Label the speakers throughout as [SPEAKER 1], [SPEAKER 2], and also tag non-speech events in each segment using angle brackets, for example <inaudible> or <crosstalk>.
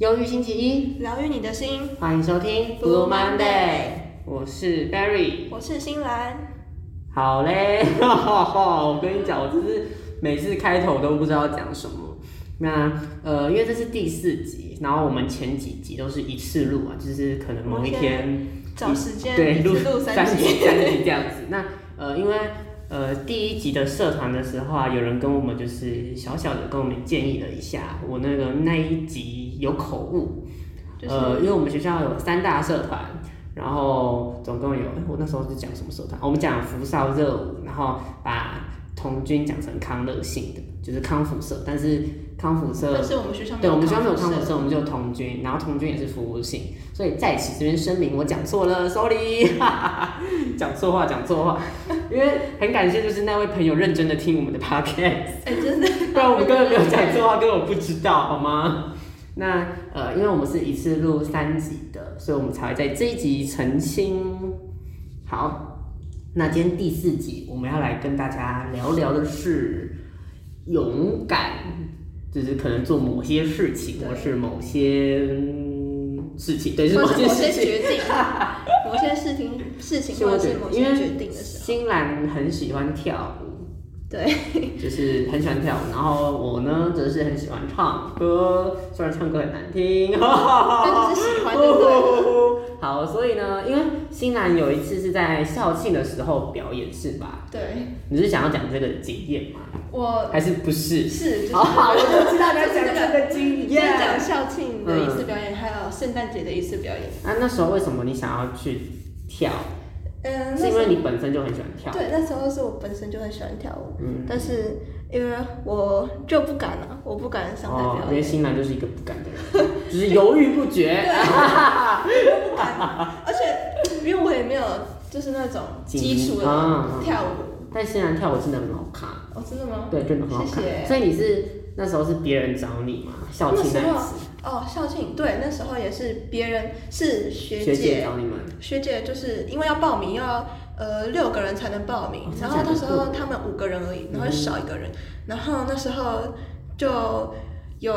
[SPEAKER 1] 忧郁星期一，
[SPEAKER 2] 疗愈你的心。
[SPEAKER 1] 欢迎收听
[SPEAKER 2] Blue
[SPEAKER 1] Blue
[SPEAKER 2] Monday
[SPEAKER 1] Monday，我是 Barry。
[SPEAKER 2] 我是新兰，
[SPEAKER 1] 好嘞， <laughs> 我跟你讲，我就是每次开头都不知道讲什么。那呃，因为这是第四集，然后我们前几集都是一次录啊，就是可能某一天
[SPEAKER 2] 找时间
[SPEAKER 1] 对
[SPEAKER 2] 一
[SPEAKER 1] 录
[SPEAKER 2] 次录
[SPEAKER 1] 三
[SPEAKER 2] 三集。
[SPEAKER 1] 三集这样子。那呃，因为呃第一集的社团的时候啊，有人跟我们就是小小的跟我们建议了一下，我那个那一集有口误，
[SPEAKER 2] 就是
[SPEAKER 1] 呃，因为我们学校有三大社团，然后总共有，哎我那时候是讲什么社团？我们讲福少热舞，然后把童军讲成康乐性的，就是康复社，但是康复社
[SPEAKER 2] 但是我们学校没
[SPEAKER 1] 对，
[SPEAKER 2] 有
[SPEAKER 1] 我们学校没有
[SPEAKER 2] 康
[SPEAKER 1] 康
[SPEAKER 2] 复
[SPEAKER 1] 复
[SPEAKER 2] 社
[SPEAKER 1] 社，我们就有童军，然后童军也是服务性，所以在此这边声明，我讲错了，sorry，哈 <laughs> 哈哈讲错话，讲错话，因为很感谢就是那位朋友认真的听我们的 <laughs> podcast。
[SPEAKER 2] 哎、真的，
[SPEAKER 1] <laughs> 不然我们根本没有讲错话，根本不知道，好吗？那呃，因为我们是一次录三集的，所以我们才会在这一集澄清。好，那今天第四集我们要来跟大家聊聊的是勇敢，就是可能做某些事情，
[SPEAKER 2] 对
[SPEAKER 1] 或是某些嗯事情，对，是
[SPEAKER 2] 或
[SPEAKER 1] 某
[SPEAKER 2] 是
[SPEAKER 1] 些
[SPEAKER 2] 某
[SPEAKER 1] 事情。
[SPEAKER 2] 些决定，某些事情事情，或者是某些
[SPEAKER 1] 因为
[SPEAKER 2] 决定的时候，
[SPEAKER 1] 新兰很喜欢跳舞，
[SPEAKER 2] 对，
[SPEAKER 1] 就是很喜欢跳舞，然后我呢则是很喜欢唱歌，虽然唱歌很难听。 <laughs> 哦
[SPEAKER 2] 但就是喜欢对不对？
[SPEAKER 1] 好，所以呢，因为新兰有一次是在校庆的时候表演是吧？
[SPEAKER 2] 对，
[SPEAKER 1] 你是想要讲这个经验吗？
[SPEAKER 2] 我
[SPEAKER 1] 还是不是？
[SPEAKER 2] 是就是
[SPEAKER 1] 好好，我就知道你要
[SPEAKER 2] 就是
[SPEAKER 1] 讲
[SPEAKER 2] 那
[SPEAKER 1] 这个经
[SPEAKER 2] 今天
[SPEAKER 1] 验。
[SPEAKER 2] 讲校庆的一次表演，还有圣诞节的一次表演。
[SPEAKER 1] 啊，那时候为什么你想要去跳？
[SPEAKER 2] 嗯，
[SPEAKER 1] 是
[SPEAKER 2] 那
[SPEAKER 1] 因
[SPEAKER 2] 时
[SPEAKER 1] 为你本身就很喜欢跳
[SPEAKER 2] 候。对，那时候是我本身就很喜欢跳舞，
[SPEAKER 1] 嗯，
[SPEAKER 2] 但是因为我就不敢了、我不敢上台
[SPEAKER 1] 哦，
[SPEAKER 2] 表
[SPEAKER 1] 因
[SPEAKER 2] 演
[SPEAKER 1] 为。新兰就是一个不敢的人，就是犹豫不决。
[SPEAKER 2] 而且因为我也没有就是那种 <laughs> 基础
[SPEAKER 1] 啊
[SPEAKER 2] 的跳舞，
[SPEAKER 1] 但新兰跳舞真的很好看。
[SPEAKER 2] 哦，真的吗？
[SPEAKER 1] 对，真的很好看。
[SPEAKER 2] 谢谢
[SPEAKER 1] 所以你是那时候是别人找你嘛？校庆那
[SPEAKER 2] 那时
[SPEAKER 1] 一
[SPEAKER 2] 候
[SPEAKER 1] 次，
[SPEAKER 2] 哦，校庆对，那时候也是别人是学
[SPEAKER 1] 学姐
[SPEAKER 2] 姐，
[SPEAKER 1] 找你们。
[SPEAKER 2] 学姐就是因为要报名要呃六个人才能报名
[SPEAKER 1] 哦，嗯
[SPEAKER 2] 然后
[SPEAKER 1] 真的
[SPEAKER 2] 那时
[SPEAKER 1] 假的
[SPEAKER 2] 候他们五个人而已，然后少一个人，然后那时候就有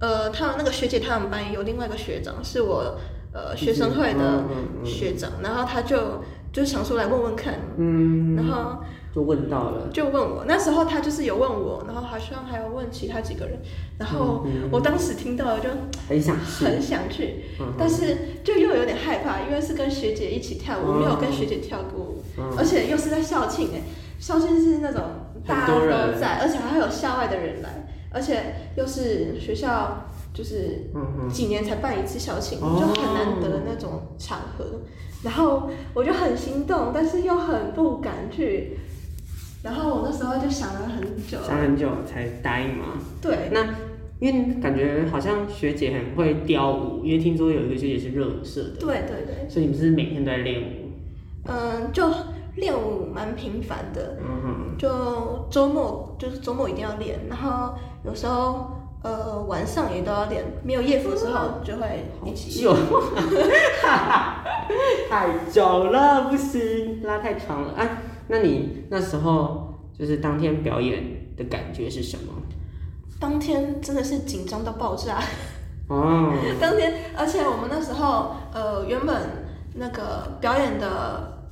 [SPEAKER 2] 呃他们那个学姐他们班有另外一个学长是我呃学生会的
[SPEAKER 1] 嗯嗯嗯
[SPEAKER 2] 学长，然后他就就想说来问问看，
[SPEAKER 1] 嗯，
[SPEAKER 2] 然后。
[SPEAKER 1] 就问到了。
[SPEAKER 2] 就问我，那时候他就是有问我，然后好像还有问其他几个人，然后
[SPEAKER 1] 嗯
[SPEAKER 2] 我当时听到了就
[SPEAKER 1] 很想去。
[SPEAKER 2] 很想去，
[SPEAKER 1] 嗯
[SPEAKER 2] 但是就又有点害怕，因为是跟学姐一起跳舞，我没有跟学姐跳过舞，
[SPEAKER 1] 嗯
[SPEAKER 2] 而且又是在校庆哎、校庆是那种大家
[SPEAKER 1] 很多人
[SPEAKER 2] 都在，而且还会有校外的人来，而且又是学校就是
[SPEAKER 1] 嗯嗯，
[SPEAKER 2] 几年才办一次校庆，
[SPEAKER 1] 哦
[SPEAKER 2] 就很难得的那种场合。然后我就很心动，但是又很不敢去。然后我那时候就想了很久，
[SPEAKER 1] 想很久才答应嘛。
[SPEAKER 2] 对，
[SPEAKER 1] 那因为感觉好像学姐很会雕舞，因为听说有一个学姐是热舞社的，
[SPEAKER 2] 对对对，
[SPEAKER 1] 所以你们是每天都在练舞。
[SPEAKER 2] 嗯，就练舞蛮频繁的，
[SPEAKER 1] 嗯哼，
[SPEAKER 2] 就周末就是周末一定要练，然后有时候呃晚上也都要练，没有夜辅之后就会
[SPEAKER 1] 好
[SPEAKER 2] 一起。
[SPEAKER 1] 久， <laughs> 太久了，不行，拉太长了啊。那你那时候就是当天表演的感觉是什么？
[SPEAKER 2] 当天真的是紧张到爆炸。
[SPEAKER 1] 哦，
[SPEAKER 2] 当天，而且我们那时候呃，原本那个表演的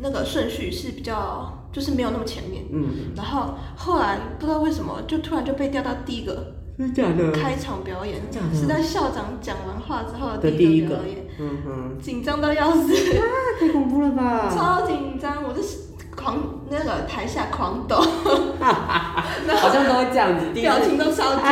[SPEAKER 2] 那个顺序是比较，就是没有那么前面。
[SPEAKER 1] 嗯，
[SPEAKER 2] 然后后来不知道为什么，就突然就被调到第一个
[SPEAKER 1] 真的假的？
[SPEAKER 2] 开场表演
[SPEAKER 1] 真的假，的
[SPEAKER 2] 是在校长讲完话之后
[SPEAKER 1] 的嗯
[SPEAKER 2] 的
[SPEAKER 1] 第
[SPEAKER 2] 第
[SPEAKER 1] 一
[SPEAKER 2] 一个
[SPEAKER 1] 个
[SPEAKER 2] 表演，，
[SPEAKER 1] 嗯哼，
[SPEAKER 2] 紧张到要死，
[SPEAKER 1] 太恐怖了吧！
[SPEAKER 2] 超紧张，我就是狂那个台下狂抖，
[SPEAKER 1] 好像都会这样 <laughs> 子，第一
[SPEAKER 2] 表
[SPEAKER 1] 次。
[SPEAKER 2] 情都超僵。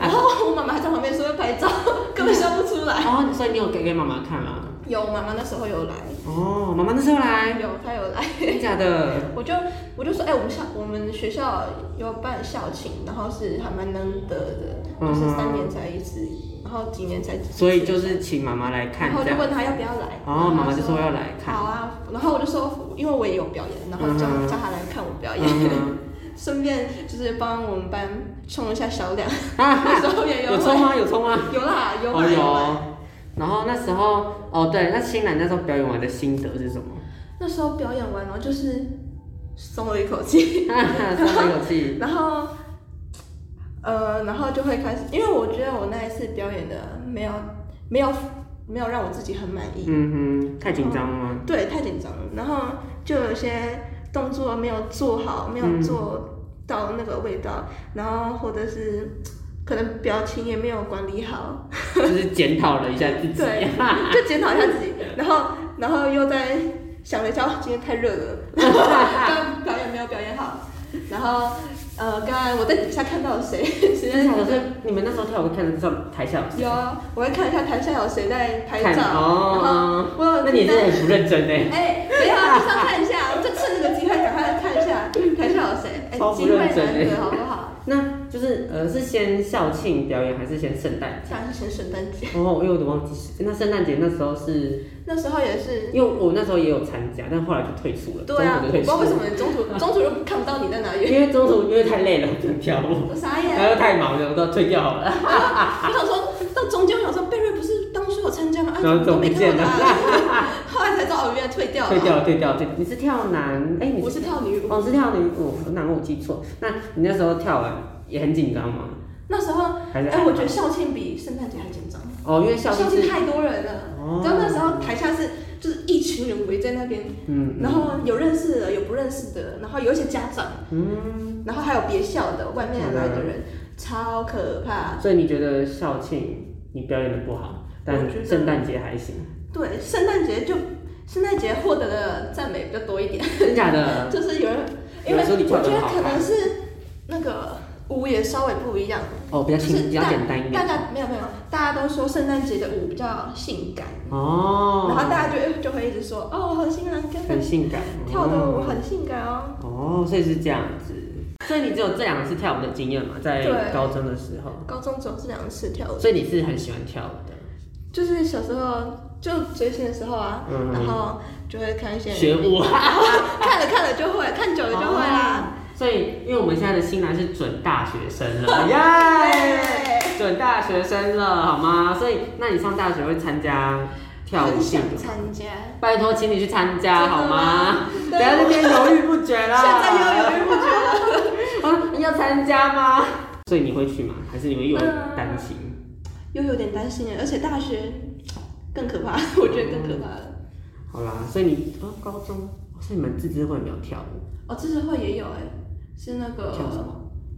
[SPEAKER 2] 然后我妈妈还在旁边说要拍照，根本笑不
[SPEAKER 1] <laughs>
[SPEAKER 2] 出来。
[SPEAKER 1] 哦，所以你有给给妈妈看吗？
[SPEAKER 2] 有妈妈那时候有来，
[SPEAKER 1] 哦，妈妈那时候来，
[SPEAKER 2] 有她有来。
[SPEAKER 1] 真的假
[SPEAKER 2] <laughs>
[SPEAKER 1] 的？
[SPEAKER 2] 我就我就说，哎、我们校我们学校有办校庆，然后是还蛮难得的，就是三年才一次，然后几年才几次
[SPEAKER 1] 所以就是请妈妈来看
[SPEAKER 2] 然后
[SPEAKER 1] 这
[SPEAKER 2] 就
[SPEAKER 1] 样。
[SPEAKER 2] 问他要不要来，
[SPEAKER 1] 哦，妈妈就说
[SPEAKER 2] 说
[SPEAKER 1] 要来看。
[SPEAKER 2] 好啊，然后我就说，因为我也有表演，然后叫、
[SPEAKER 1] 嗯哼
[SPEAKER 2] 叫他来看我表演，
[SPEAKER 1] 嗯
[SPEAKER 2] <laughs> 顺便就是帮我们班冲一下小两，
[SPEAKER 1] 哼，啊，
[SPEAKER 2] <laughs> 那时候也有
[SPEAKER 1] 有冲吗？有冲吗？
[SPEAKER 2] <laughs> 有啦有
[SPEAKER 1] 哦
[SPEAKER 2] 啦有啦，
[SPEAKER 1] 有。然后那时候，哦对，那新兰那时候表演完的心得是什么？ <laughs>
[SPEAKER 2] 那时候表演完然后就是松了一口气，
[SPEAKER 1] 哈哈，松了一口气。
[SPEAKER 2] 然后呃，然后就会开始，因为我觉得我那一次表演的没有没有没有让我自己很满意，
[SPEAKER 1] 嗯哼，太紧张了
[SPEAKER 2] <laughs>
[SPEAKER 1] 吗？
[SPEAKER 2] 对，太紧张了，然后就有些动作没有做好，没有做到那个味道，然后或者是可能表情也没有管理好， <laughs>
[SPEAKER 1] 就是检讨了一下自己。 <laughs>
[SPEAKER 2] 对 <laughs> 就检讨一下自己，然后然后又在想了一下，哦今天太热了， <laughs> 刚表演没有表演好，然后呃，刚才我在底下看到了谁， <laughs> 谁在
[SPEAKER 1] 至少是你们那时候跳舞会看得上台下有谁
[SPEAKER 2] 有啊，我会看一下台下有谁在拍
[SPEAKER 1] 看
[SPEAKER 2] 照，
[SPEAKER 1] 哦，
[SPEAKER 2] 然后我有
[SPEAKER 1] 那你真的很不认真欸呢，
[SPEAKER 2] 哎，没有啊，就上看一下，我就趁这个机会赶快看一下台下有谁，哎
[SPEAKER 1] 超，不
[SPEAKER 2] 机会
[SPEAKER 1] 认
[SPEAKER 2] 难
[SPEAKER 1] 真哎
[SPEAKER 2] 得好不好？
[SPEAKER 1] 那就是呃，是先校庆表演还是先圣诞？
[SPEAKER 2] 像是圣诞节，
[SPEAKER 1] 哦，因为我都忘记是那圣诞节那时候是，
[SPEAKER 2] 那时候也是。
[SPEAKER 1] 因为我那时候也有参加，但后来就退出了，
[SPEAKER 2] 对啊，
[SPEAKER 1] 中途就
[SPEAKER 2] 我不知
[SPEAKER 1] 退出
[SPEAKER 2] 道为什
[SPEAKER 1] 了，
[SPEAKER 2] 么中途 <laughs> 中途又看不到你在哪里， <laughs>
[SPEAKER 1] 因为中途因为太累了，不能跳舞， <laughs>
[SPEAKER 2] 我傻眼。
[SPEAKER 1] 然后太忙了，我都退掉好了。
[SPEAKER 2] 我想说到中间，我想说贝瑞不是当初有参加吗？啊，
[SPEAKER 1] 然后
[SPEAKER 2] 怎么都没
[SPEAKER 1] 怎么不见
[SPEAKER 2] 看
[SPEAKER 1] 了
[SPEAKER 2] 到他。 <laughs> 后来才知道哦，原来退掉了。
[SPEAKER 1] <laughs> 退掉了，退掉了，退。你是跳男？哎、你
[SPEAKER 2] 我
[SPEAKER 1] 是
[SPEAKER 2] 是跳女舞，
[SPEAKER 1] 哦，是跳女舞，那我记错。那你那时候跳完也很紧张吗？
[SPEAKER 2] 那时候
[SPEAKER 1] 还是
[SPEAKER 2] 哎、我觉得校庆比圣诞节还紧张，
[SPEAKER 1] 哦，因为校
[SPEAKER 2] 校
[SPEAKER 1] 庆
[SPEAKER 2] 庆
[SPEAKER 1] 是
[SPEAKER 2] 太多人了。
[SPEAKER 1] 哦
[SPEAKER 2] 你知道那时候台下是就是一群人围在那边，
[SPEAKER 1] 嗯，
[SPEAKER 2] 然后有认识的，有不认识的，然后有一些家长，
[SPEAKER 1] 嗯，
[SPEAKER 2] 然后还有别校的外面来的人，超可怕。
[SPEAKER 1] 所以你觉得校庆你表演的不好，但
[SPEAKER 2] 我觉得
[SPEAKER 1] 圣诞节还行，
[SPEAKER 2] 对，圣诞节就圣诞节获得的赞美比较多一点。
[SPEAKER 1] 真假的？
[SPEAKER 2] 就是有人，因
[SPEAKER 1] 嗯有
[SPEAKER 2] 为
[SPEAKER 1] 人说你
[SPEAKER 2] 我
[SPEAKER 1] 跳
[SPEAKER 2] 觉
[SPEAKER 1] 得
[SPEAKER 2] 得
[SPEAKER 1] 好
[SPEAKER 2] 可
[SPEAKER 1] 看
[SPEAKER 2] 能是那个舞也稍微不一样，
[SPEAKER 1] 哦，比较
[SPEAKER 2] 就
[SPEAKER 1] 轻，
[SPEAKER 2] 是
[SPEAKER 1] 比较简单一
[SPEAKER 2] 大
[SPEAKER 1] 点。
[SPEAKER 2] 家没有没有，大家都说圣诞节的舞比较性感，然后
[SPEAKER 1] 哦，
[SPEAKER 2] 大家就就会一直说哦，好性感，跟
[SPEAKER 1] 很性感，
[SPEAKER 2] 跳的舞
[SPEAKER 1] 哦
[SPEAKER 2] 很性感哦。
[SPEAKER 1] 哦，所以是这样子。所以你只有这两次跳舞的经验嘛，在
[SPEAKER 2] 对
[SPEAKER 1] 高中的时候，
[SPEAKER 2] 高中总是两次跳舞，
[SPEAKER 1] 所以你是很喜欢跳舞的，
[SPEAKER 2] 就是小时候就追星的时候啊，
[SPEAKER 1] 嗯
[SPEAKER 2] 然后就会看一些
[SPEAKER 1] 学舞啊。
[SPEAKER 2] 看了看了就会，看久了就会啦。
[SPEAKER 1] 哦所以，因为我们现在的新来是准大学生
[SPEAKER 2] <laughs>
[SPEAKER 1] 了，耶！准大学生了，好吗？所以，那你上大学会参加跳舞
[SPEAKER 2] 很
[SPEAKER 1] 系
[SPEAKER 2] 想
[SPEAKER 1] 的？
[SPEAKER 2] 参加，
[SPEAKER 1] 拜托，请你去参加
[SPEAKER 2] 真的
[SPEAKER 1] 好吗？不
[SPEAKER 2] 对
[SPEAKER 1] 要在那边犹豫不决啦！
[SPEAKER 2] 现在又有不觉得。
[SPEAKER 1] 啊，
[SPEAKER 2] <laughs>
[SPEAKER 1] 你要参加吗？所以你会去吗？还是你会又
[SPEAKER 2] 嗯
[SPEAKER 1] 担心？
[SPEAKER 2] 又有点担心了，而且大学更可怕， <laughs> 我觉得更可怕了。
[SPEAKER 1] 好啦，所以你哦，高中，哦所以你们自治会没有跳舞，
[SPEAKER 2] 哦，自治会也有哎、是那
[SPEAKER 1] 嗯跳什
[SPEAKER 2] 个
[SPEAKER 1] 么？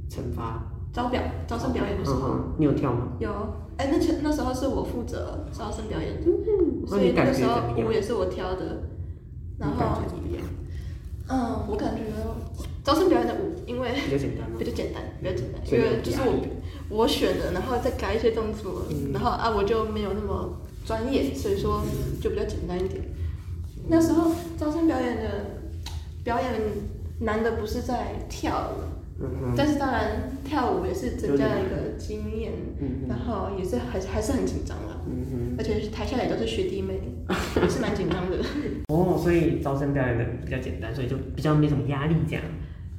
[SPEAKER 1] 惩罚？
[SPEAKER 2] 招表招生表演的哎时
[SPEAKER 1] 嗯
[SPEAKER 2] 候、
[SPEAKER 1] 哼，你有跳吗？
[SPEAKER 2] 有哎、那前那时候是我负责招生表演的，
[SPEAKER 1] 那
[SPEAKER 2] 所
[SPEAKER 1] 你
[SPEAKER 2] 以那
[SPEAKER 1] 感
[SPEAKER 2] 个
[SPEAKER 1] 觉
[SPEAKER 2] 时
[SPEAKER 1] 怎
[SPEAKER 2] 候
[SPEAKER 1] 么样
[SPEAKER 2] 舞？也是我挑的。然
[SPEAKER 1] 你感
[SPEAKER 2] 后
[SPEAKER 1] 觉怎么样？
[SPEAKER 2] 嗯，我感觉招生表演的舞，因为
[SPEAKER 1] 比较简单吗
[SPEAKER 2] 比？较简单，比较简单，
[SPEAKER 1] 所
[SPEAKER 2] 因
[SPEAKER 1] 以
[SPEAKER 2] 为就是我我选的，然后再改一些动作，
[SPEAKER 1] 嗯
[SPEAKER 2] 然后啊我就没有那么专业，所以说就比较简单一点。那时候招生表演的表演难的不是在跳舞，
[SPEAKER 1] 嗯哼，
[SPEAKER 2] 但是当然跳舞也是增加了一个经验，
[SPEAKER 1] 嗯
[SPEAKER 2] 然后也是还是还是很紧张了，
[SPEAKER 1] 嗯哼。
[SPEAKER 2] 而且是台下也都是学弟 <laughs> 妹，也是蛮紧张的。
[SPEAKER 1] 哦，所以招生表演的比较简单，所以就比较没什么压力这样。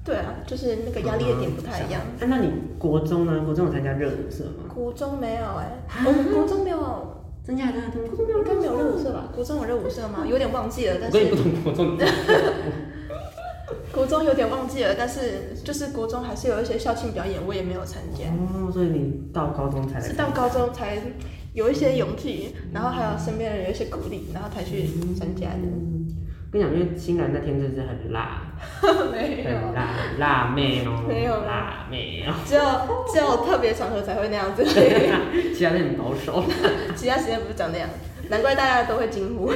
[SPEAKER 2] 对啊，就是那个压力的点不太一样。
[SPEAKER 1] 啊、那你国中呢？国中有参加热舞社吗？
[SPEAKER 2] 国中没有哎、我们国中没有
[SPEAKER 1] 真假的？国中
[SPEAKER 2] 应该没有热舞社吧？国中有热舞社吗？有点忘记了，
[SPEAKER 1] 我
[SPEAKER 2] 但
[SPEAKER 1] 跟你不
[SPEAKER 2] 是
[SPEAKER 1] 同国
[SPEAKER 2] <laughs>
[SPEAKER 1] 中，
[SPEAKER 2] 国中有点忘记了，但是就是国中还是有一些校庆表演，我也没有参加，
[SPEAKER 1] 哦，所以你到高中才来
[SPEAKER 2] 是到高中才有一些勇气，然后还有身边人有一些鼓励，然后才去参加的。
[SPEAKER 1] 跟你讲，因为新兰那天真的是很辣，
[SPEAKER 2] <laughs> 没
[SPEAKER 1] 很
[SPEAKER 2] 有，
[SPEAKER 1] 辣，辣妹哦，
[SPEAKER 2] 没有
[SPEAKER 1] 辣妹哦，
[SPEAKER 2] 只有只有特别场合才会那样子， <laughs>
[SPEAKER 1] 其他都很保守， <laughs>
[SPEAKER 2] 其他时间不是长那样。难怪大家都会惊呼，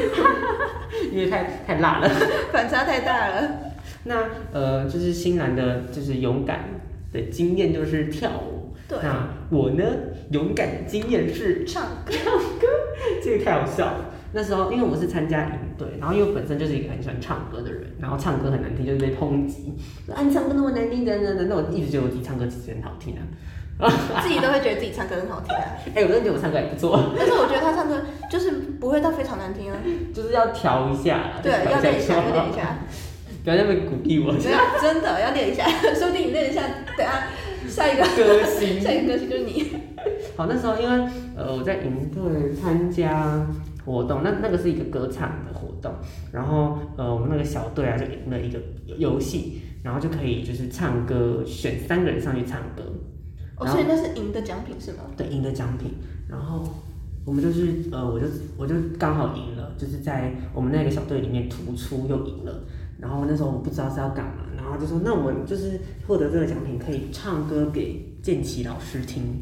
[SPEAKER 1] 因为太太辣了。
[SPEAKER 2] 反差太大了。
[SPEAKER 1] 那呃，就是新兰的，就是勇敢的经验就是跳舞。
[SPEAKER 2] 对
[SPEAKER 1] 那我呢，勇敢的经验是 <laughs>
[SPEAKER 2] 唱歌
[SPEAKER 1] 这个太好笑了。那时候因为我是参加营队，然后因为我本身就是一个很喜欢唱歌的人，然后唱歌很难听，就是被抨击，说啊你唱歌那么难听等等等。那我一直觉得我自己唱歌其实很好听啊。
[SPEAKER 2] 自己都会觉得自己唱歌很好听啊，
[SPEAKER 1] 哎、我真的觉得我唱歌还不错，
[SPEAKER 2] 但是我觉得他唱歌就是不会到非常难听啊，
[SPEAKER 1] 就是要调一下啦，
[SPEAKER 2] 对，
[SPEAKER 1] 调
[SPEAKER 2] 要练一下，要练一
[SPEAKER 1] 下，
[SPEAKER 2] 下。
[SPEAKER 1] <laughs> 不要在那边鼓励我，
[SPEAKER 2] 没有，真的要练一下， <laughs> 说不定你练一下，等下下一个
[SPEAKER 1] 歌星。
[SPEAKER 2] 下一个歌曲就是你。
[SPEAKER 1] 好，那时候因为呃我在营队参加活动，那那个是一个歌唱的活动，然后呃我们那个小队啊就赢了一个游戏，然后就可以就是唱歌，选三个人上去唱歌，
[SPEAKER 2] 哦，
[SPEAKER 1] 然后
[SPEAKER 2] 所以那是赢的奖品是吗？
[SPEAKER 1] 对，赢的奖品。然后我们就是呃，我就我就刚好赢了，就是在我们那个小队里面突出又赢了。然后那时候我们不知道是要干嘛，然后就说那我们就是获得这个奖品可以唱歌给建奇老师听，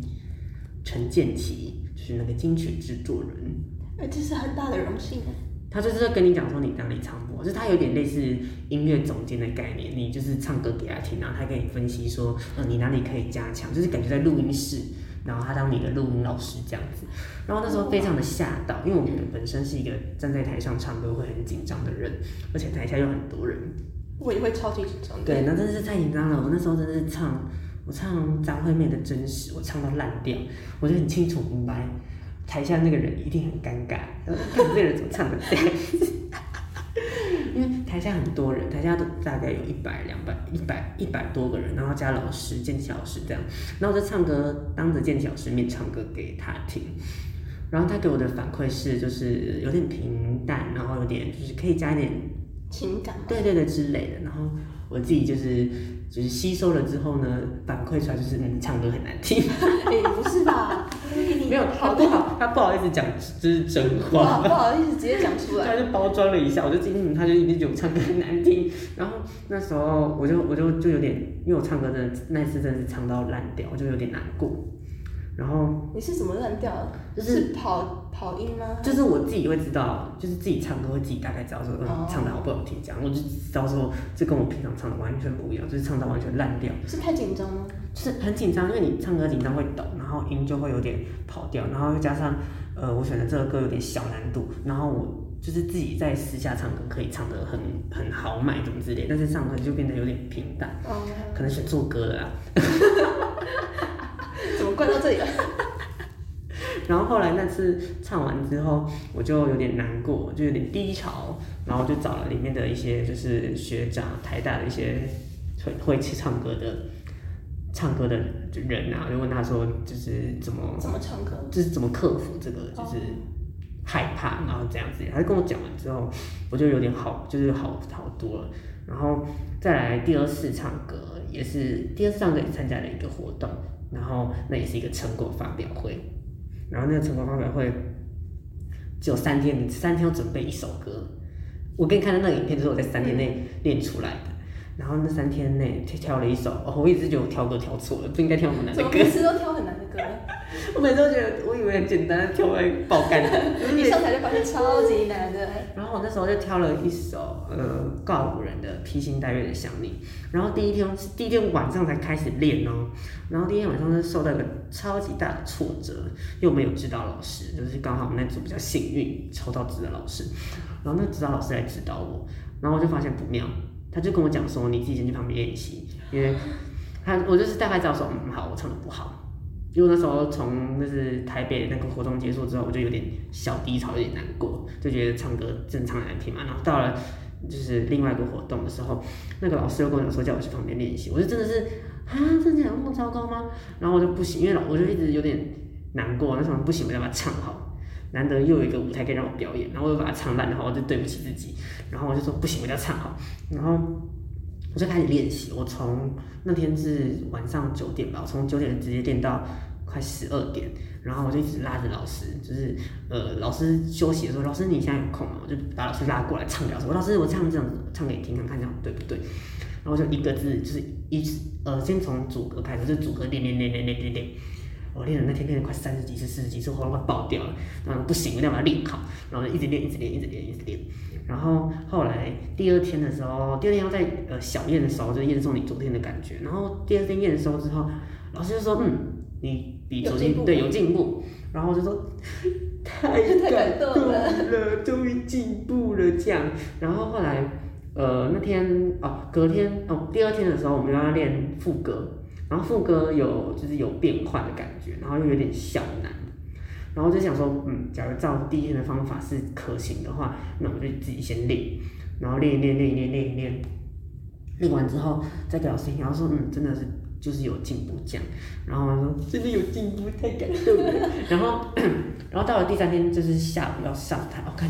[SPEAKER 1] 陈建奇就是那个金曲制作人。
[SPEAKER 2] 哎，这是很大的荣幸。啊
[SPEAKER 1] 他就是跟你讲说你哪里唱不好，就是他有点类似音乐总监的概念，你就是唱歌给他听，然后他跟你分析说，嗯，你哪里可以加强，就是感觉在录音室，然后他当你的录音老师这样子。然后那时候非常的吓到，因为我本本身是一个站在台上唱歌会很紧张的人，而且台下有很多人，
[SPEAKER 2] 我也会超级紧张的。
[SPEAKER 1] 对，那真的是太紧张了。我那时候真的是唱，我唱张惠妹的《真实》，我唱到烂掉，我就很清楚明白，台下那个人一定很尴尬，呃看这个人怎么唱的这样子。 <laughs> 因为台下很多人，台下都大概有一百、两百、一百、一百多个人，然后加老师、建奇老师这样，然后我就唱歌，当着建奇老师面唱歌给他听，然后他给我的反馈是，就是有点平淡，然后有点就是可以加一点
[SPEAKER 2] 情感嘛， <laughs>
[SPEAKER 1] 对对对之类的。然后我自己就是就是吸收了之后呢，反馈出来就是嗯，唱歌很难听，
[SPEAKER 2] 哎，不是吧？
[SPEAKER 1] <laughs> 没有他
[SPEAKER 2] 好
[SPEAKER 1] 不
[SPEAKER 2] 不
[SPEAKER 1] 好，他不好意思讲这是真
[SPEAKER 2] 不
[SPEAKER 1] 话，
[SPEAKER 2] 好不好意思，直接讲出来。
[SPEAKER 1] 他就包装了一下，我就听嗯，他就一直觉得我唱歌很难听。然后那时候我就我就就有点，因为我唱歌真的那次真的是唱到烂掉，我就有点难过。然后
[SPEAKER 2] 你是怎么烂掉的？
[SPEAKER 1] 就是
[SPEAKER 2] 是跑跑音吗？
[SPEAKER 1] 就是我自己会知道，就是自己唱歌会自己大概知道说、嗯
[SPEAKER 2] 哦、
[SPEAKER 1] 唱的好不好听，这样我就知道说这跟我平常唱的完全不一样，就是唱到完全烂掉。
[SPEAKER 2] 是太紧张吗？
[SPEAKER 1] 就是很紧张，因为你唱歌紧张会抖，然后音就会有点跑掉，然后又加上呃，我选的这个歌有点小难度，然后我就是自己在私下唱歌可以唱得很很豪迈怎么之类，但是上台就变得有点平淡，
[SPEAKER 2] 哦，
[SPEAKER 1] 可能选错歌了啦。
[SPEAKER 2] 怎么怪到这里了？
[SPEAKER 1] 然后后来那次唱完之后，我就有点难过，就有点低潮，然后就找了里面的一些就是学长，台大的一些会会唱歌的唱歌的人啊，我就问他说就是怎么
[SPEAKER 2] 怎么唱歌？
[SPEAKER 1] 就是怎么克服这个，
[SPEAKER 2] 哦
[SPEAKER 1] 就是害怕，然后这样子。他跟我讲完之后，我就有点好，就是好好多了。然后再来第二次唱歌，也是第二次唱歌也参加了一个活动，然后那也是一个成果发表会。然后那个成果发表会只有三天，你三天要准备一首歌。我给你看的那个影片，就是我在三天内
[SPEAKER 2] 嗯
[SPEAKER 1] 练出来的。然后那三天内挑了一首，哦，我一直觉得我挑歌挑错了，不应该挑那么难的
[SPEAKER 2] 怎么
[SPEAKER 1] 歌。
[SPEAKER 2] 每次都挑很难的歌？
[SPEAKER 1] 我每次都觉得，我以为很简单，跳完爆干的
[SPEAKER 2] 一上台就发现超级难的。
[SPEAKER 1] 然后我那时候就挑了一首呃告五人的《披星戴月的想你》，然后第一天是第一天晚上才开始练哦，然后第一天晚上就受到一个超级大的挫折，又没有指导老师，就是刚好我们那组比较幸运抽到指导老师，然后那指导老师来指导我，然后我就发现不妙，他就跟我讲说你自己先去旁边练习，因为他我就是大概知道说嗯好我唱的不好。因为那时候从就是台北那个活动结束之后，我就有点小低潮，有点难过，就觉得唱歌正常难听嘛。然后到了就是另外一个活动的时候，那个老师又跟我讲说叫我去旁边练习，我就真的是啊，真的假的那么糟糕吗？然后我就不行，因为老我就一直有点难过，那时候不行，我要把它唱好。难得又有一个舞台可以让我表演，然后我又把它唱烂的话，我就对不起自己。然后我就说不行，我一定要唱好。然后我就开始练习，我从那天是晚上九点吧，我从九点直接练到快十二点，然后我就一直拉着老师，就是呃老师休息的时候，老师你现在有空吗？我就把老师拉过来唱给老师，我说老师我唱这样子唱给你听看看这样对不对？然后就一个字就是一呃先从主歌开始，就是主歌练练练练练练练。我练了那天练了快三十几次、四十几次，喉咙快爆掉了。然后不行，我一定要把它练好。然后就一直练，一直练，一直练，一直练。然后后来第二天的时候，第二天要在呃小宴的时候，就验收你昨天的感觉。然后第二天验收之后，老师就说：“嗯，你比昨天
[SPEAKER 2] 有进步
[SPEAKER 1] 对有进步。”然后我就说：“太
[SPEAKER 2] 太
[SPEAKER 1] 感
[SPEAKER 2] 感
[SPEAKER 1] 动
[SPEAKER 2] 动
[SPEAKER 1] 了，终于进步了。”这样。然后后来呃那天哦，隔天哦，第二天的时候我们要练副歌，然后副歌有就是有变换的感觉，然后又有点小难，然后就想说，嗯，假如照第一天的方法是可行的话，那我就自己先练，然后练一练练一练练一练，练完之后再给老师听，然后说，嗯，真的是。就是有进步这样，然后他说真的有进步， <coughs> 太感动了。然后，然后到了第三天就是下午要上台，我、看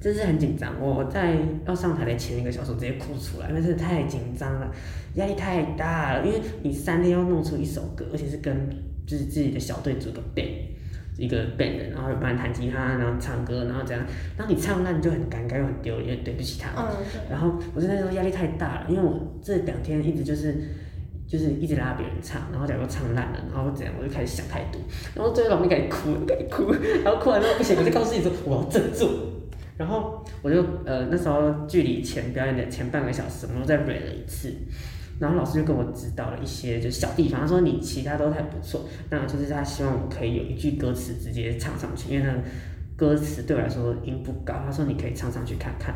[SPEAKER 1] 真是很紧张。我在要上台的前一个小时，我直接哭出来，因为真的太紧张了，压力太大了。因为你三天要弄出一首歌，而且是跟就是自己的小队组个 band，一个 band 的，然后有帮人弹吉他，然后唱歌，然后这样，然后你唱烂就很尴尬又很丢脸，又对不起他们。
[SPEAKER 2] 嗯，
[SPEAKER 1] 然后我真的那时候压力太大了，因为我这两天一直就是就是一直拉别人唱，然后假如唱烂了，然后怎样，我就开始想太多，然后最后老妹开始哭，开始哭，然后哭完之后不行，我就告诉自己说我要振作。然后我就呃那时候距离前表演的前半个小时，我们又再 re 了一次，然后老师就跟我指导了一些就是小地方，他说你其他都还不错，那就是他希望我可以有一句歌词直接唱上去，因为那个歌词对我来说音不高，他说你可以唱上去看看。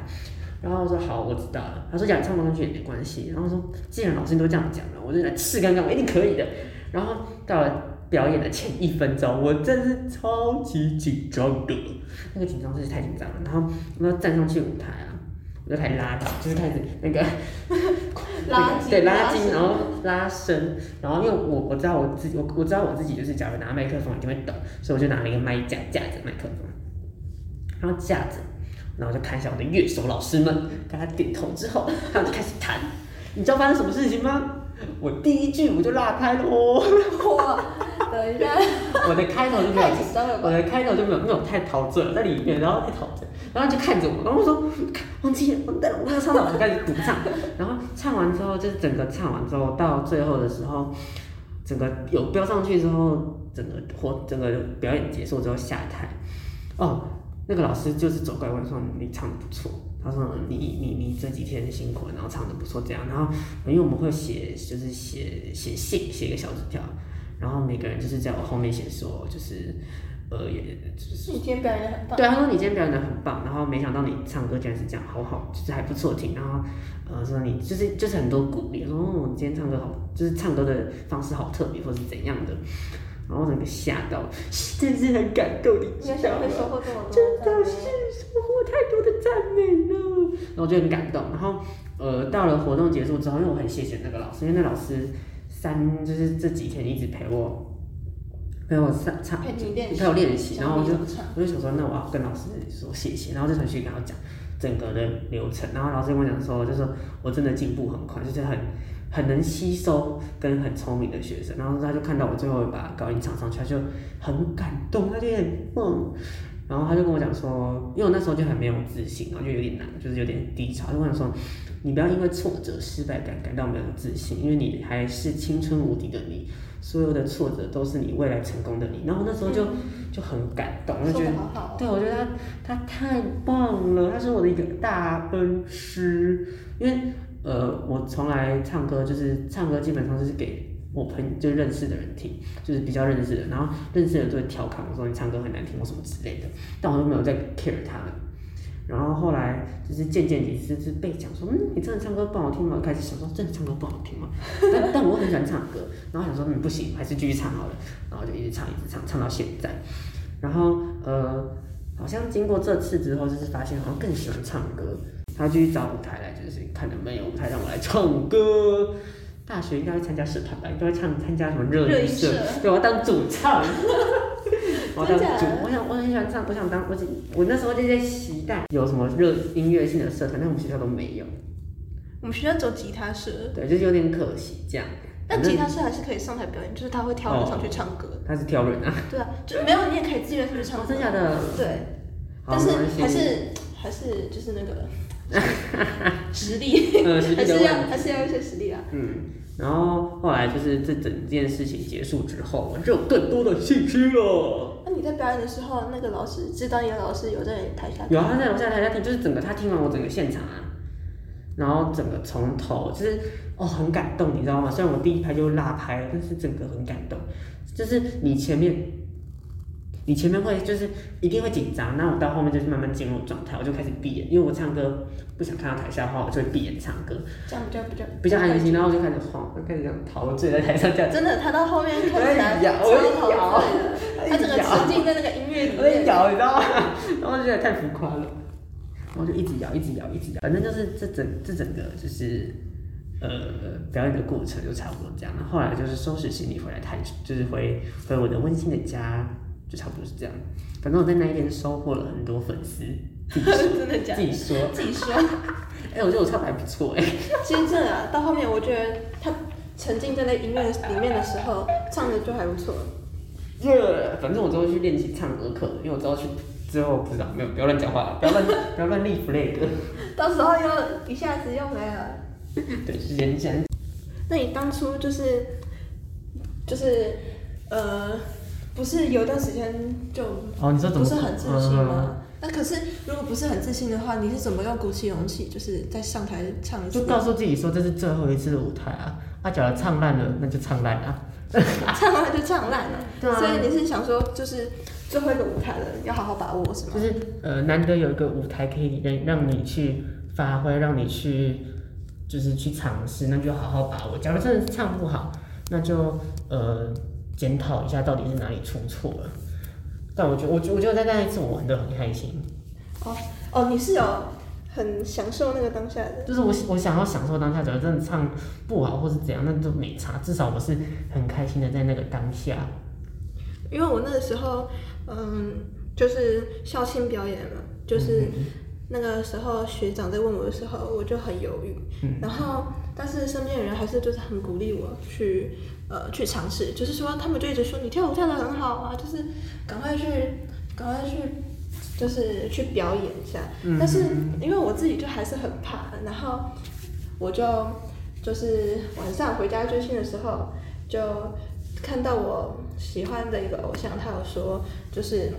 [SPEAKER 1] 然后我说好，我知道了。他说讲唱不上去也没关系。然后说既然老师都这样讲了，我就来试看看，我一定可以的。然后到了表演的前一分钟，我真是超级紧张的，那个紧张真是太紧张了。然后我要站上去舞台啊，我就开始拉筋，就是开始那个
[SPEAKER 2] 拉筋啊
[SPEAKER 1] 对拉
[SPEAKER 2] 拉
[SPEAKER 1] 筋，
[SPEAKER 2] 伸
[SPEAKER 1] 然后拉伸，然后因为我我知道我自己，我我知道我自己就是，假如拿麦克风一定会抖，所以我就拿了一个麦架架着麦克风，然后架着，然后就看一下我的乐手老师们，跟他点头之后，他们就开始弹。你知道发生什么事情吗？我第一句我就落拍了哦， <laughs>
[SPEAKER 2] 我等一下，
[SPEAKER 1] 我的开头就没有
[SPEAKER 2] 太紧张了
[SPEAKER 1] 我
[SPEAKER 2] 吧？
[SPEAKER 1] 的呃开头就没有没有太陶醉了，在里面，然后太陶醉，然后就看着我，然后我说看忘记了，完蛋了，我要唱了，我开始独唱，然后唱完之后就是整个唱完之后到最后的时候，整个有飙上去之后，整个活整个表演结束之后下台，哦，那个老师就是走过来问说你唱的不错。他说嗯你你你这几天辛苦了，然后唱的不错，这样，然后因为我们会写就是写写信，写一个小纸条，然后每个人就是在我后面写说就是呃也
[SPEAKER 2] 就是你今天表演的很棒，
[SPEAKER 1] 对，他说你今天表演的很棒，然后没想到你唱歌竟然是这样，好好，就是还不错听。然后，呃，说你就是就是很多鼓励，说哦，你今天唱歌好，就是唱歌的方式好特别，或是怎样的。然后我整个吓到， <laughs> 真是很感动，你
[SPEAKER 2] 你
[SPEAKER 1] 知
[SPEAKER 2] 没
[SPEAKER 1] 道
[SPEAKER 2] 想到会
[SPEAKER 1] 吗？
[SPEAKER 2] 收获这么多，
[SPEAKER 1] 真的是收获太多的赞美了，然后我就很感动。然后呃，到了活动结束之后，因为我很谢谢那个老师，因为那老师三就是这几天一直陪我陪我上唱
[SPEAKER 2] 陪你练习，
[SPEAKER 1] 陪我练习，然后我就
[SPEAKER 2] 教你怎么唱
[SPEAKER 1] 我就想说，那我啊要跟老师说谢谢，然后就传讯跟他讲整个的流程，然后老师跟我讲说，就是我真的进步很快，就是很很能吸收跟很聪明的学生，然后他就看到我最后把高音唱上去，他就很感动，他就有点嗯。然后他就跟我讲说，因为我那时候就很没有自信，然后就有点难，就是有点低潮。他就跟我讲说，你不要因为挫折、失败感感到没有自信，因为你还是青春无敌的你，所有的挫折都是你未来成功的你。然后那时候就、就很感动，就
[SPEAKER 2] 说
[SPEAKER 1] 觉得
[SPEAKER 2] 的好好哦，
[SPEAKER 1] 对，我觉得他他太棒了，他是我的一个大恩师。因为呃，我从来唱歌就是唱歌，基本上就是给我朋就认识的人听，就是比较认识的，然后认识的人就会调侃我说你唱歌很难听或什么之类的，但我都没有在 care 他们。然后后来就是渐渐几次是被讲说，嗯，你真的唱歌不好听吗？开始想说真的唱歌不好听吗？ <laughs> 但但我很喜欢唱歌，然后想说嗯不行，还是继续唱好了，然后就一直唱一直唱，唱到现在。然后呃，好像经过这次之后，就是发现好像更喜欢唱歌，然后就去找舞台来，就是看能不能有舞台让我来唱歌。大学应该会参加社团吧，应该会唱参加什么热
[SPEAKER 2] 热
[SPEAKER 1] 音
[SPEAKER 2] 音
[SPEAKER 1] 社
[SPEAKER 2] 社，
[SPEAKER 1] 对，我要当主唱。我要当
[SPEAKER 2] 真假
[SPEAKER 1] 主
[SPEAKER 2] 的，
[SPEAKER 1] 我想我很喜欢唱，我想当我只我那时候就在期待有什么热音乐性的社团，但我们学校都没有，
[SPEAKER 2] 我们学校走吉他社，
[SPEAKER 1] 对，就是有点可惜这样。
[SPEAKER 2] 但
[SPEAKER 1] 反
[SPEAKER 2] 吉
[SPEAKER 1] 正
[SPEAKER 2] 他社还是可以上台表演，就是他会挑人上去唱歌。
[SPEAKER 1] 他是挑人啊，
[SPEAKER 2] 对啊，就没有你也可以自愿上
[SPEAKER 1] <laughs>
[SPEAKER 2] 去唱
[SPEAKER 1] 哦
[SPEAKER 2] 歌
[SPEAKER 1] 真。假的？
[SPEAKER 2] 嗯对，
[SPEAKER 1] 好
[SPEAKER 2] 但是
[SPEAKER 1] 没关系
[SPEAKER 2] 还是还是就是那 <laughs> 个实力，
[SPEAKER 1] 呃，实
[SPEAKER 2] 还
[SPEAKER 1] 力的
[SPEAKER 2] 是
[SPEAKER 1] 问
[SPEAKER 2] 要还是要一些实力啊。
[SPEAKER 1] 嗯，然后后来就是这整件事情结束之后，我就有更多的信心了。
[SPEAKER 2] 那你在表演的时候，那个老师指导你的老师有在台下？
[SPEAKER 1] 有啊，他在楼下台下听，就是整个他听完我整个现场啊，然后整个从头就是哦很感动，你知道吗？虽然我第一拍就落拍了，但是整个很感动，就是你前面。你前面会就是一定会紧张，那我到后面就是慢慢进入状态，我就开始闭眼，因为我唱歌不想看到台下的话，我就会闭眼唱歌，
[SPEAKER 2] 这样比较比较
[SPEAKER 1] 比较安
[SPEAKER 2] <laughs>
[SPEAKER 1] 心，然后我就开始晃，就开始这样陶醉在台上这样。
[SPEAKER 2] 真的，他到后面看起
[SPEAKER 1] 哎
[SPEAKER 2] 来
[SPEAKER 1] 呀
[SPEAKER 2] 超
[SPEAKER 1] 我
[SPEAKER 2] 陶
[SPEAKER 1] 也
[SPEAKER 2] 醉
[SPEAKER 1] 摇
[SPEAKER 2] 的，
[SPEAKER 1] 哎
[SPEAKER 2] 他整个沉浸在那个音乐里
[SPEAKER 1] <laughs> 我在
[SPEAKER 2] 面。 <laughs>
[SPEAKER 1] 摇，你知道吗？然后就觉得太浮夸了，然后就一直摇，一直摇，一直摇，反正就是这整这整个就是呃表演的过程就差不多这样。然后后来就是收拾行李回来台，就是回回我的温馨的家，就差不多是这样。反正我在那一天收获了很多粉丝，
[SPEAKER 2] 真的假
[SPEAKER 1] 自
[SPEAKER 2] 的？
[SPEAKER 1] 己说。
[SPEAKER 2] 自己说。
[SPEAKER 1] 哎、我觉得我唱的还不错哎、
[SPEAKER 2] 其实真的啊，到后面我觉得他沉浸在那音乐里面的时候，唱的就还不错。
[SPEAKER 1] 这反正我之后去练习唱歌课，因为我之后去之后不知道没有不要乱讲话，不要乱不要乱立 flag。
[SPEAKER 2] 到时候又一下子又没了。
[SPEAKER 1] <laughs> 对，是人生。
[SPEAKER 2] 那你当初就是就是呃，不是有一段时间就
[SPEAKER 1] 哦，你说
[SPEAKER 2] 不是很自信
[SPEAKER 1] 嗯
[SPEAKER 2] 吗？那可是如果不是很自信的话，你是怎么又鼓起勇气，就是在上台唱一
[SPEAKER 1] 就
[SPEAKER 2] 次？
[SPEAKER 1] 告诉自己说这是最后一次的舞台啊，啊，假如唱烂了，那就唱烂啊。
[SPEAKER 2] 唱完就唱烂了。
[SPEAKER 1] 对啊
[SPEAKER 2] 所以你是想说，就是最后一个舞台了，要好好把握，是吗
[SPEAKER 1] 就？是呃，难得有一个舞台可以让让你去发挥，让你去就是去尝试，那就好好把握。假如真的唱不好，那就呃检讨一下到底是哪里出错了。但我觉得，我觉我觉得在那一次我玩的很开心，
[SPEAKER 2] 哦，你是有很享受那个当下的。
[SPEAKER 1] 就是我我想要享受当下，假如真的唱不好或是怎样，那就没差，至少我是很开心的在那个当下。
[SPEAKER 2] 因为我那个时候，嗯，就是校庆表演嘛，就是那个时候学长在问我的时候，我就很犹豫。然后，但是身边的人还是就是很鼓励我去，呃，去尝试。就是说，他们就一直说你跳舞跳得很好啊，就是赶快去，赶快去，就是去表演一下。但是因为我自己就还是很怕，然后我就就是晚上回家追星的时候，就看到我喜欢的一个偶像，他有说，就是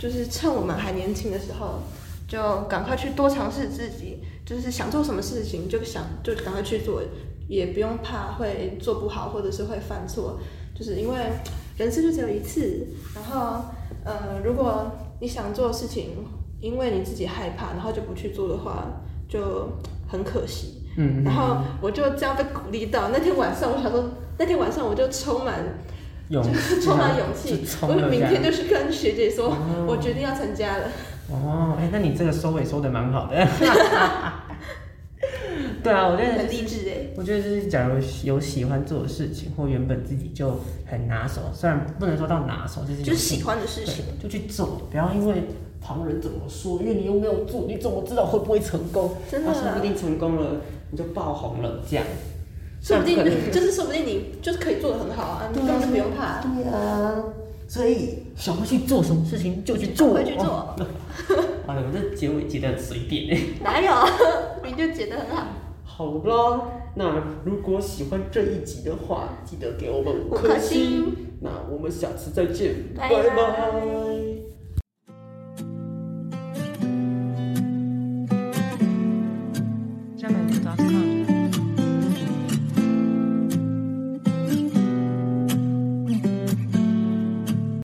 [SPEAKER 2] 就是趁我们还年轻的时候，就赶快去多尝试自己，就是想做什么事情就想就赶快去做，也不用怕会做不好或者是会犯错，就是因为人生就只有一次，然后呃，如果你想做的事情，因为你自己害怕，然后就不去做的话，就很可惜。
[SPEAKER 1] 嗯，
[SPEAKER 2] 然后我就这样被鼓励到。那天晚上，我想说，那天晚上我就充满
[SPEAKER 1] 勇
[SPEAKER 2] 就
[SPEAKER 1] 气，
[SPEAKER 2] 是充满勇气哦
[SPEAKER 1] 就，冲
[SPEAKER 2] 我
[SPEAKER 1] 了
[SPEAKER 2] 明
[SPEAKER 1] 这样
[SPEAKER 2] 天就去跟学姐说，我决定要参加了。
[SPEAKER 1] 哦，哎、那你这个收尾收的蛮好的。 <laughs> 对啊，我觉得
[SPEAKER 2] 很励志哎。
[SPEAKER 1] 我觉得就是，假如有喜欢做的事情，或原本自己就很拿手，虽然不能说到拿手，就是有
[SPEAKER 2] 就是喜欢的事
[SPEAKER 1] 对
[SPEAKER 2] 情，
[SPEAKER 1] 就去做，不要因为旁人怎么说，因为你又没有做，你怎么知道会不会成功？
[SPEAKER 2] 真的
[SPEAKER 1] 啊，说不定成功了，你就爆红了，这样。
[SPEAKER 2] 说不定
[SPEAKER 1] 但可能
[SPEAKER 2] 就是说不定你就是可以做的很好啊，你
[SPEAKER 1] 对啊
[SPEAKER 2] 根本就不用怕。
[SPEAKER 1] 对啊，所以想要去做什么事情就去做，
[SPEAKER 2] 快去做。
[SPEAKER 1] <laughs> 完了，我这结尾结得很随便哎。
[SPEAKER 2] 哪 <laughs> 有？你就觉得很好。
[SPEAKER 1] 好啦，那如果喜欢这一集的话，记得给我们五
[SPEAKER 2] 五
[SPEAKER 1] 颗
[SPEAKER 2] 颗星
[SPEAKER 1] 星。那我们下次再见，
[SPEAKER 2] 拜
[SPEAKER 1] 拜
[SPEAKER 2] 拜
[SPEAKER 1] 拜
[SPEAKER 3] jamendo.com.